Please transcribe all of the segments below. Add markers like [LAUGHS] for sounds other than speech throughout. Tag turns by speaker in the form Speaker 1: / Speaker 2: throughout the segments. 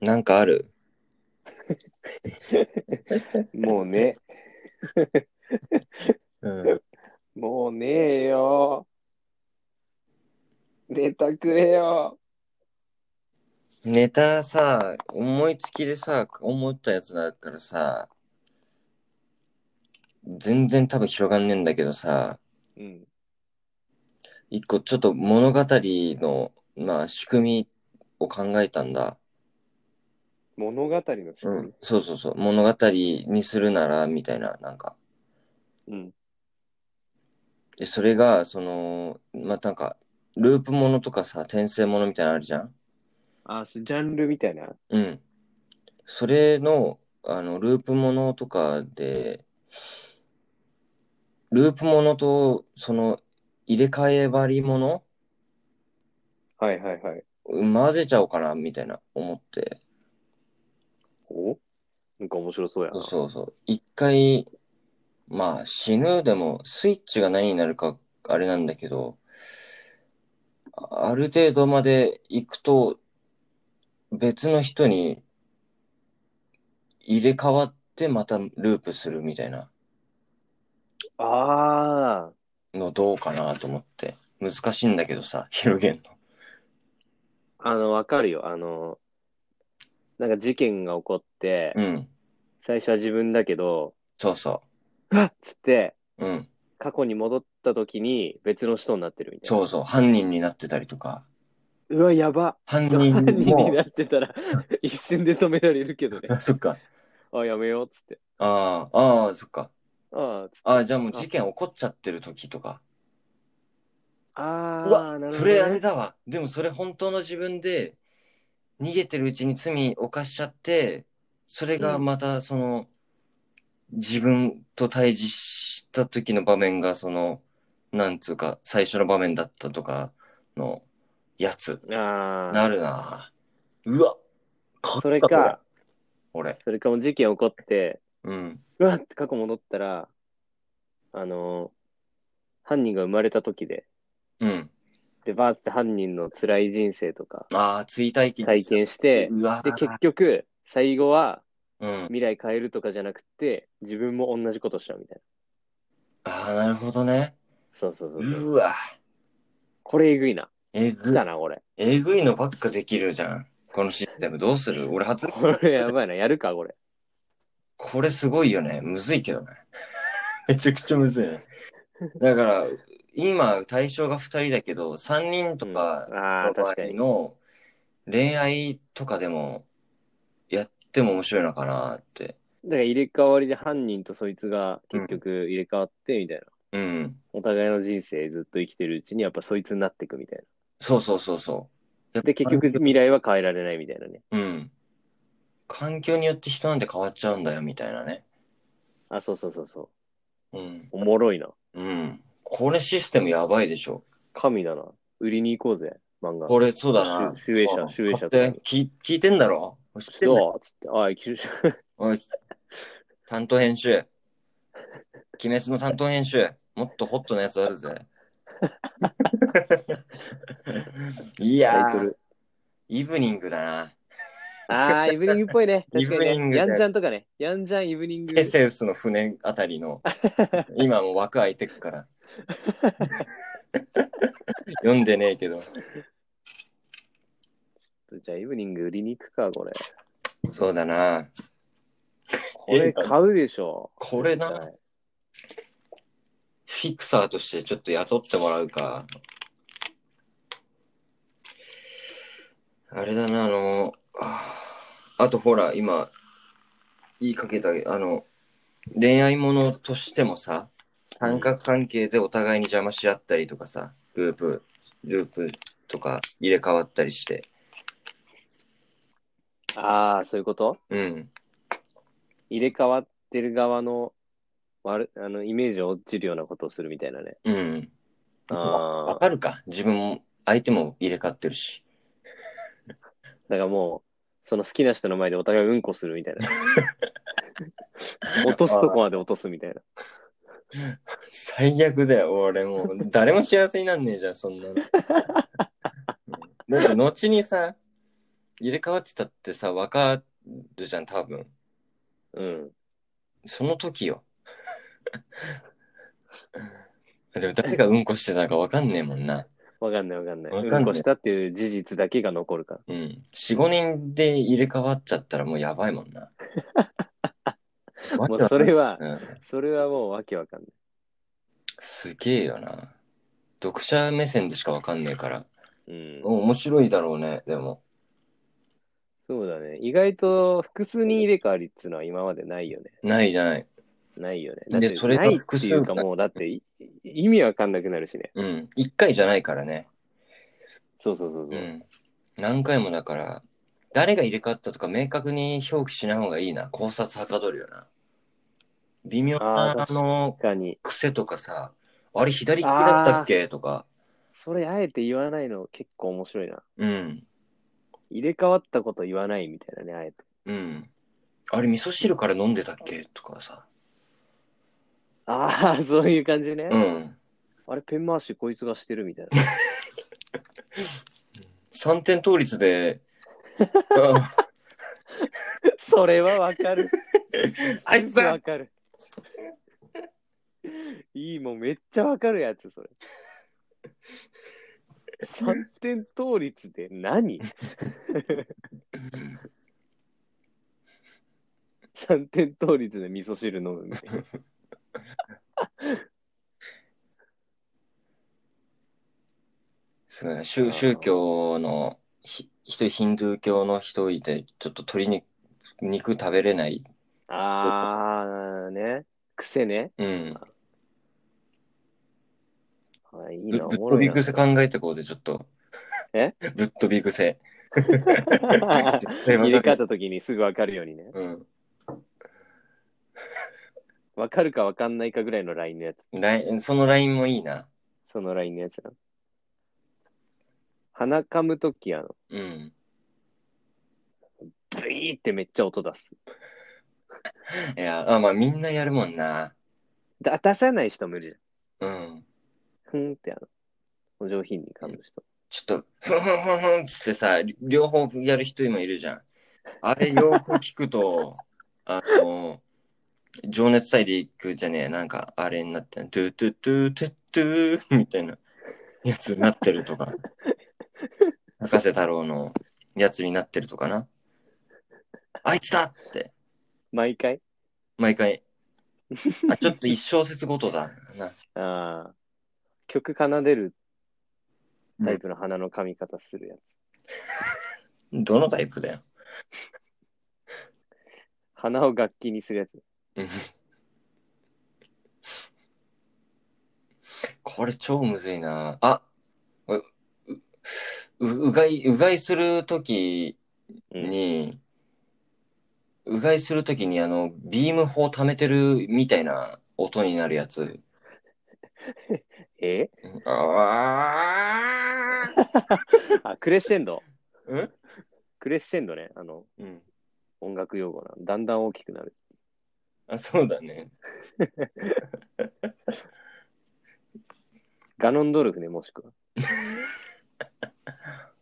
Speaker 1: なんかある
Speaker 2: もうね、
Speaker 1: うん。
Speaker 2: もうねえよ。ネタくれよ。
Speaker 1: ネタさ、思いつきでさ、思ったやつだからさ、全然多分広がんねえんだけどさ、
Speaker 2: うん。
Speaker 1: 一個ちょっと物語の、まあ、仕組みを考えたんだ。
Speaker 2: 物語の仕
Speaker 1: う
Speaker 2: 組
Speaker 1: ん。そうそうそう。物語にするなら、みたいな、なんか。
Speaker 2: み。うん。
Speaker 1: で、それが、その、まあ、なんか、ループものとかさ、転生ものみたいなのあるじゃん
Speaker 2: あ、ジャンルみたいな。
Speaker 1: うん。それの、あの、ループものとかで、ループものと、その、入れ替え張りもの
Speaker 2: はいはいはい。
Speaker 1: 混ぜちゃおうかな、みたいな、思って。
Speaker 2: おなんか面白そうや
Speaker 1: そ
Speaker 2: な。
Speaker 1: うそうそう。一回、まあ、死ぬでも、スイッチが何になるか、あれなんだけど、あある程度まで行くと、別の人に入れ替わってまたループするみたいな。
Speaker 2: ああ、
Speaker 1: のどうかなと思って。難しいんだけどさ、 [LAUGHS] 広げんの。
Speaker 2: あの、わかるよ。あの、なんか事件が起こって、
Speaker 1: うん。
Speaker 2: 最初は自分だけど、
Speaker 1: そうそ
Speaker 2: あっつって、
Speaker 1: う。うん。
Speaker 2: 過去に戻った時に別の人になってるみたいな。
Speaker 1: そうそう。犯人になってたりとか。
Speaker 2: う。うわ、やば。
Speaker 1: 犯
Speaker 2: 犯
Speaker 1: 人
Speaker 2: 人 [LAUGHS] に
Speaker 1: も
Speaker 2: な、ってたら、一瞬で止められるけどね。
Speaker 1: あ [LAUGHS] そっか。
Speaker 2: あ、やめよう、っつって。
Speaker 1: ああ、ああ、そっか。
Speaker 2: ああ、つって。
Speaker 1: ああ、じゃあもう事件起こっちゃってる時とか。
Speaker 2: あ
Speaker 1: う
Speaker 2: あ、なるほど
Speaker 1: わ、
Speaker 2: ね
Speaker 1: それあれだわ。でもそれ本当の自分で、逃げてるうちに罪犯しちゃって、それがまたその、自分と対峙した時の場面がその、なんつうか、最初の場面だったとかのやつ。
Speaker 2: ああ。
Speaker 1: なるなぁうわ勝った
Speaker 2: それか
Speaker 1: これ
Speaker 2: それかも事件起こって、
Speaker 1: 俺。うん。
Speaker 2: うわって過去戻ったら、あの、犯人が生まれた時で、
Speaker 1: うん。
Speaker 2: で、バーッつって犯人の辛い人生とか
Speaker 1: ああ、追体験
Speaker 2: 体験して、
Speaker 1: うわ
Speaker 2: で、結局、最後は
Speaker 1: うん。
Speaker 2: 未来変えるとかじゃなくて、自分も同じことしちゃうみたいな。
Speaker 1: ああ、なるほどね。
Speaker 2: そうそうそうそう。
Speaker 1: うわ
Speaker 2: これえぐいな。
Speaker 1: え
Speaker 2: 来
Speaker 1: ぐ
Speaker 2: た、な、これ。
Speaker 1: えぐいのばっかできるじゃん。このシステムどうする俺初、
Speaker 2: これやばいな。やるか、これ。
Speaker 1: これすごいよね。むずいけどね。めちゃくちゃむずいね。だから、今対象が2人だけど、3人とか
Speaker 2: ああ
Speaker 1: の
Speaker 2: ー、
Speaker 1: 場合
Speaker 2: 確かに。
Speaker 1: の恋愛とかでもやっても面白いのかなって。
Speaker 2: だから入れ替わりで犯人とそいつが結局入れ替わって、みたいな。
Speaker 1: うん。
Speaker 2: お互いの人生ずっと生きてるうちにやっぱそいつになっていくみたいな。
Speaker 1: そうそうそうそう。
Speaker 2: で、結局
Speaker 1: 環境
Speaker 2: 未来は変えられないみたいなね。
Speaker 1: うん。環境によって人なんて変わっちゃうんだよ、みたいなね。
Speaker 2: あ、そうそうそうそう。
Speaker 1: うん。
Speaker 2: おもろいな。
Speaker 1: うん。これシステムやばいでしょ。
Speaker 2: 神だな。売りに行こうぜ、漫画。
Speaker 1: これ、そうだな。
Speaker 2: 集英社、集英社
Speaker 1: 買って聞聞いてんだろ知ってんだよ
Speaker 2: どうつって、あ、九州。
Speaker 1: おい。担当編集。鬼滅の担当編集。もっとホットなやつあるぜ。
Speaker 2: [LAUGHS]
Speaker 1: いや
Speaker 2: タイト
Speaker 1: ー、
Speaker 2: ル。
Speaker 1: イブニングだな。
Speaker 2: あー、イブニングっぽい [LAUGHS] ね。
Speaker 1: イ
Speaker 2: 確
Speaker 1: ブ
Speaker 2: か
Speaker 1: ニ
Speaker 2: に
Speaker 1: ング
Speaker 2: ね。
Speaker 1: だよ
Speaker 2: ヤンジャンとかね。ヤンジャン、イブニング。
Speaker 1: テセウスの船あたりの、今もう枠空いてく
Speaker 2: [LAUGHS]
Speaker 1: から。読んでねえけど。
Speaker 2: じゃあ、イブニング売りに行くか、これ。
Speaker 1: そうだな。
Speaker 2: これ買うでしょ。
Speaker 1: これな、
Speaker 2: はい
Speaker 1: フィクサーとしてちょっと雇ってもらうか。あれだな、あの、ああとほら、今、言いかけた、あの、恋愛ものとしてもさ、三角関係でお互いに邪魔し合ったりとかさ、ループ、ループとか入れ替わったりして。
Speaker 2: あー、そういうこと
Speaker 1: うん。
Speaker 2: 入れ替わってる側の、悪あの、イメージを落ちるようなことをするみたいなね。
Speaker 1: うん。
Speaker 2: あ
Speaker 1: わ
Speaker 2: ー
Speaker 1: かるか自分も、相手も入れ替わってるし。
Speaker 2: だからもう、その好きな人の前でお互いうんこするみたい
Speaker 1: [LAUGHS]
Speaker 2: な。落とすとこまで落とすみたいな。
Speaker 1: 最悪だよ、俺もう。誰
Speaker 2: [LAUGHS]
Speaker 1: も幸せになんねえじゃん、そんなの。うんだって後にさ、入れ替わってたってさ、わかるじゃん、多分。
Speaker 2: うん。
Speaker 1: その時よ。 [LAUGHS] でも誰がうんこしてたかわかんねえもんな。
Speaker 2: わかんないわかんない。
Speaker 1: わかんな
Speaker 2: う
Speaker 1: い
Speaker 2: んこしたっていう事実だけが残るから。
Speaker 1: うん。4、5人で入れ替わっちゃったらもうやばいもんな。わけ
Speaker 2: [LAUGHS] も
Speaker 1: わ
Speaker 2: う
Speaker 1: か
Speaker 2: そ
Speaker 1: んない
Speaker 2: れは、
Speaker 1: うん。
Speaker 2: それはもうわけわかんない。
Speaker 1: すげえよな。読者目線でしかわかんねえから。
Speaker 2: うん。
Speaker 1: 面白いだろうね、でも。
Speaker 2: そうだね。意外と複数人入れ替わりっていうのは今までないよね。
Speaker 1: ないない。
Speaker 2: ないよね。
Speaker 1: で
Speaker 2: だって
Speaker 1: それが
Speaker 2: ないって
Speaker 1: 複数
Speaker 2: いうかもう、だってい意味わかんなくなるしね。
Speaker 1: うん。一回じゃないからね。
Speaker 2: そうそうそうそうう。
Speaker 1: ん。何回もだから、誰が入れ替わったとか明確に表記しない方がいいな。考察はかどるよな。微妙
Speaker 2: あー
Speaker 1: なあ
Speaker 2: 確かに
Speaker 1: の
Speaker 2: 他に、
Speaker 1: 癖とかさ、あれ左利きだったっけとか。
Speaker 2: それあえて言わないの結構面白いな。
Speaker 1: うん。
Speaker 2: 入れ替わったこと言わないみたいなね、あえて。
Speaker 1: うん。あれ味噌汁から飲んでたっけとかさ。
Speaker 2: ああ、そういう感じね。
Speaker 1: うん。
Speaker 2: あれ、ペン回しこいつがしてるみたい
Speaker 1: [LAUGHS]
Speaker 2: な。
Speaker 1: 3点倒立
Speaker 2: [LAUGHS]
Speaker 1: で、うん
Speaker 2: それはわかる。
Speaker 1: [LAUGHS] あいつ
Speaker 2: すぐ
Speaker 1: だ
Speaker 2: わかる。いい、もうめっちゃわかるやつ、それ。三点倒立で
Speaker 1: [LAUGHS]
Speaker 2: 何三点倒立で味噌汁飲むみたいな。
Speaker 1: すごいね。
Speaker 2: あ
Speaker 1: 宗
Speaker 2: ー
Speaker 1: 宗教のひ人、ヒンドゥー教の人いて、ちょっと鶏肉肉食べれない。
Speaker 2: あーね。癖ね。
Speaker 1: うん。
Speaker 2: あい
Speaker 1: ぶ
Speaker 2: い
Speaker 1: ぶ
Speaker 2: な、お
Speaker 1: っ
Speaker 2: も
Speaker 1: 飛
Speaker 2: ろい
Speaker 1: び
Speaker 2: な。
Speaker 1: 癖
Speaker 2: [LAUGHS]
Speaker 1: 考えてこうぜ、ちょっと。
Speaker 2: え
Speaker 1: [LAUGHS] ぶっ飛び
Speaker 2: [LAUGHS]
Speaker 1: 癖。
Speaker 2: 入
Speaker 1: 対わか
Speaker 2: れ替わ
Speaker 1: る。
Speaker 2: った時にすぐわかるようにね。
Speaker 1: うん。
Speaker 2: わかるかわかんないかぐらいのラインのやつ。
Speaker 1: ラインそのラインもいいな。
Speaker 2: そのラインのやつなの。鼻かむとき、あの、
Speaker 1: うん。
Speaker 2: ブイーってめっちゃ音出す。
Speaker 1: いや、あ、まあみんなやるもんな。
Speaker 2: だ出さない人もいる
Speaker 1: うん。
Speaker 2: じゃん。ふんってあの、お上品に噛む人。
Speaker 1: ちょっと、ふんふんふんふんっつってさ、り両方やる人もいるじゃん。あれ、よく聞くと、 [LAUGHS] あの、情熱大陸じゃねえ、なんか、あれになってん、トゥトゥトゥトゥトゥーみたいなやつになってるとか、博士太郎のやつになってるとかな。あいつだって、
Speaker 2: 毎回
Speaker 1: 毎回。あ、ちょっと一小節ごとだな。
Speaker 2: ああ。曲奏でるタイプの鼻の噛み方するやつ。
Speaker 1: どのタイプだよ。
Speaker 2: 鼻を楽器にするやつ。
Speaker 1: うんこれ超むずいな。あ、う、う、ううがい、うがいするとき
Speaker 2: うん。
Speaker 1: に、うがいするときにあの、ビーム砲溜めてるみたいな音になるやつ。
Speaker 2: え
Speaker 1: ああ
Speaker 2: あ、クレッシェンド。
Speaker 1: うん
Speaker 2: クレッシェンドね。あの、
Speaker 1: うん。
Speaker 2: 音楽用語な。だんだん大きくなる。
Speaker 1: あ、そうだね。
Speaker 2: ガノンドルフね、もしくは。
Speaker 1: [LAUGHS]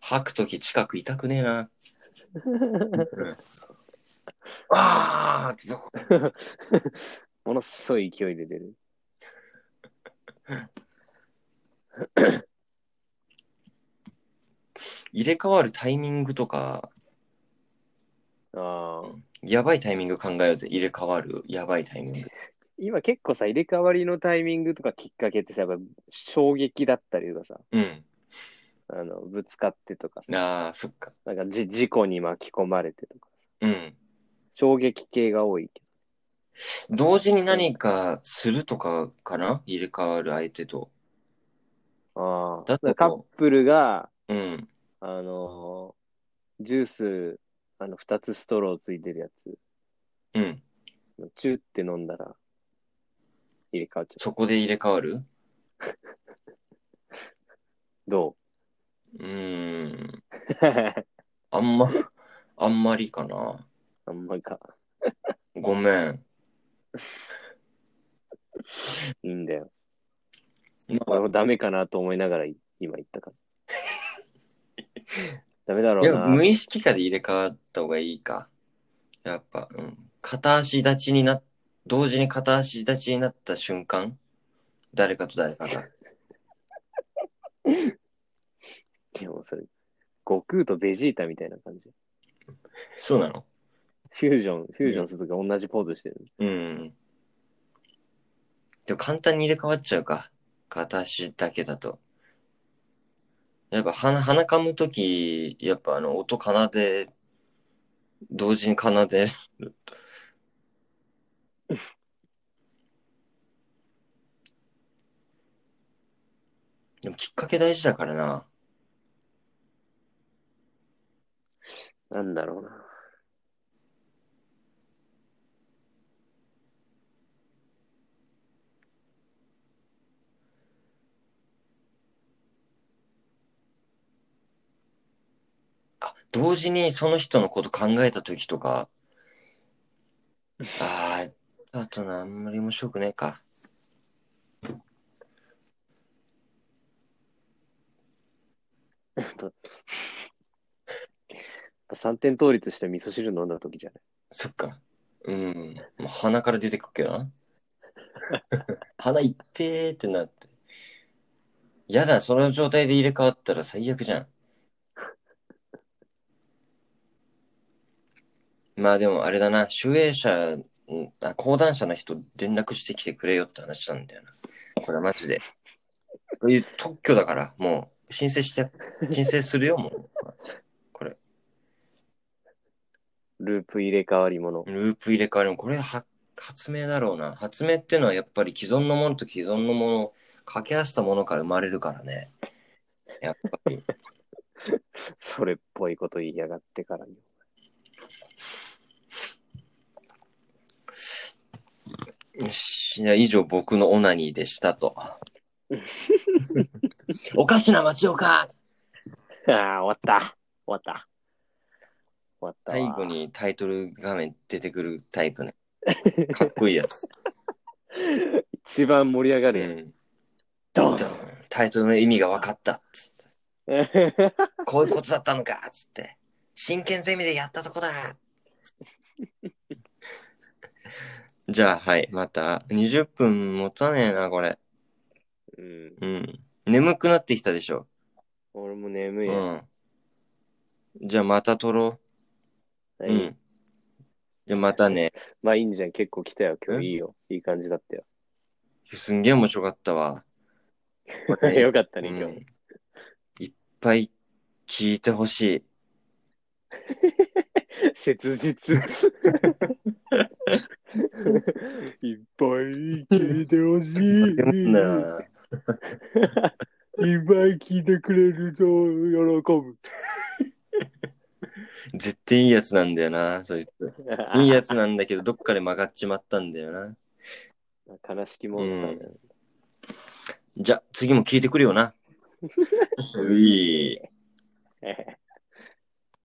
Speaker 1: 吐くとき近く痛くねえな。ああ
Speaker 2: ものすごい勢いで出る。
Speaker 1: 入れ替わるタイミングとか、
Speaker 2: ああ。
Speaker 1: やばいタイミング考えようぜ。入れ替わる、やばいタイミング。
Speaker 2: 今結構さ、入れ替わりのタイミングとかきっかけってさ、やっぱ衝撃だったりとかさ、
Speaker 1: うん。
Speaker 2: あの、ぶつかってとかさ、
Speaker 1: ああ、そっか。
Speaker 2: なんかじ事故に巻き込まれてとか、
Speaker 1: うん。
Speaker 2: 衝撃系が多いけ
Speaker 1: 同時に何かするとかかな入れ替わる相手と。
Speaker 2: ど。ああ。
Speaker 1: だ
Speaker 2: だ
Speaker 1: と
Speaker 2: からカップルが、
Speaker 1: うん。
Speaker 2: あのージュース、あの、二つストローついてるや
Speaker 1: うん。
Speaker 2: つ、チューって飲んだら、入れ替わっちゃ
Speaker 1: そこで入れ替わる
Speaker 2: う。 [LAUGHS] ど
Speaker 1: うーん。
Speaker 2: う
Speaker 1: あんま、あんまりかな。
Speaker 2: あんまか。
Speaker 1: ごめん。
Speaker 2: いいんだよ。
Speaker 1: まあ [LAUGHS]
Speaker 2: 俺もダメかなと思いながら今言ったから。ダメだろ
Speaker 1: で
Speaker 2: う
Speaker 1: も
Speaker 2: な。
Speaker 1: 無意識下で入れ替わった方がいいか。やっぱ、うん。片足立ちにな、同時に片足立ちになった瞬間、誰かと誰かが。
Speaker 2: でもそれ、悟空とベジータみたいな感じ。
Speaker 1: [LAUGHS] そうなの
Speaker 2: フュージョン、フュージョンするとき同じポーズしてる。
Speaker 1: うん。でも簡単に入れ替わっちゃうか。片足だけだと。やっぱ鼻、鼻噛むとき、やっぱあの、音奏で、同時に奏で [LAUGHS] ると。でもきっかけ大事だからな。
Speaker 2: なんだ [LAUGHS] ろうな。
Speaker 1: あ、同時にその人のこと考えた時とか、ああ、あとな、あんまり面白くねえか。
Speaker 2: 3点倒立して味噌汁飲んだときじゃない。
Speaker 1: そっか。うん。もう鼻から出てくっけどな。 [LAUGHS] 鼻いってーってなって。やだ、その状態で入れ替わったら最悪じゃん。まあでもあれだな、集英者、んあ、講談社の人連絡してきてくれよって話なんだよな。これマジで。こういう特許だから、もう申請して、申請するよ、もう。これ。
Speaker 2: ループ入れ替わりもの。
Speaker 1: ループ入れ替わりも、これは発明だろうな。発明っていうのはやっぱり既存のものと既存のものを掛け合わせたものから生まれるからね。やっぱり。 [LAUGHS]
Speaker 2: それっぽいこと言いやがってからに。
Speaker 1: よしじゃあ以上僕のオナニーでしたと。おかしな町岡
Speaker 2: ああ、終わった。終わった。終わったわ。
Speaker 1: 最後にタイトル画面出てくるタイプね。かっこいいやつ。
Speaker 2: 一番盛り上が
Speaker 1: う
Speaker 2: るやつ。
Speaker 1: ん、
Speaker 2: ドン
Speaker 1: タイトルの意味が分かったっつって。こういうことだったのかっつって。真剣ゼミでやったとこだ [LAUGHS] じゃあ、はい、また。20分持たねえな、これ。
Speaker 2: [LAUGHS] うん、
Speaker 1: うん。眠くなってきたでしょ。
Speaker 2: 俺も眠
Speaker 1: う
Speaker 2: いや。
Speaker 1: ん。じゃあ、また撮ろう。
Speaker 2: は
Speaker 1: う
Speaker 2: い
Speaker 1: ん。じゃあ、またね。
Speaker 2: まあいいんじゃん。結構来たよ。今日いいよ。いい感じだったよ。
Speaker 1: すんげえ面白かったわ。
Speaker 2: [LAUGHS] よかった
Speaker 1: う
Speaker 2: ね、今日。
Speaker 1: ん。いっぱい聞いてほしい。
Speaker 2: [LAUGHS] 切実。いっぱい聞いてほしい。
Speaker 1: でも
Speaker 2: いっ
Speaker 1: な
Speaker 2: ぱ [LAUGHS] い聞いてくれると喜ぶ。
Speaker 1: 絶対いいやつなんだよな、そいつ。いいやつなんだけど、どっかで曲がっちまったんだよな。
Speaker 2: [LAUGHS] 悲しきモンスターだよ。
Speaker 1: じゃあ、次も聞いてくるよな。うい。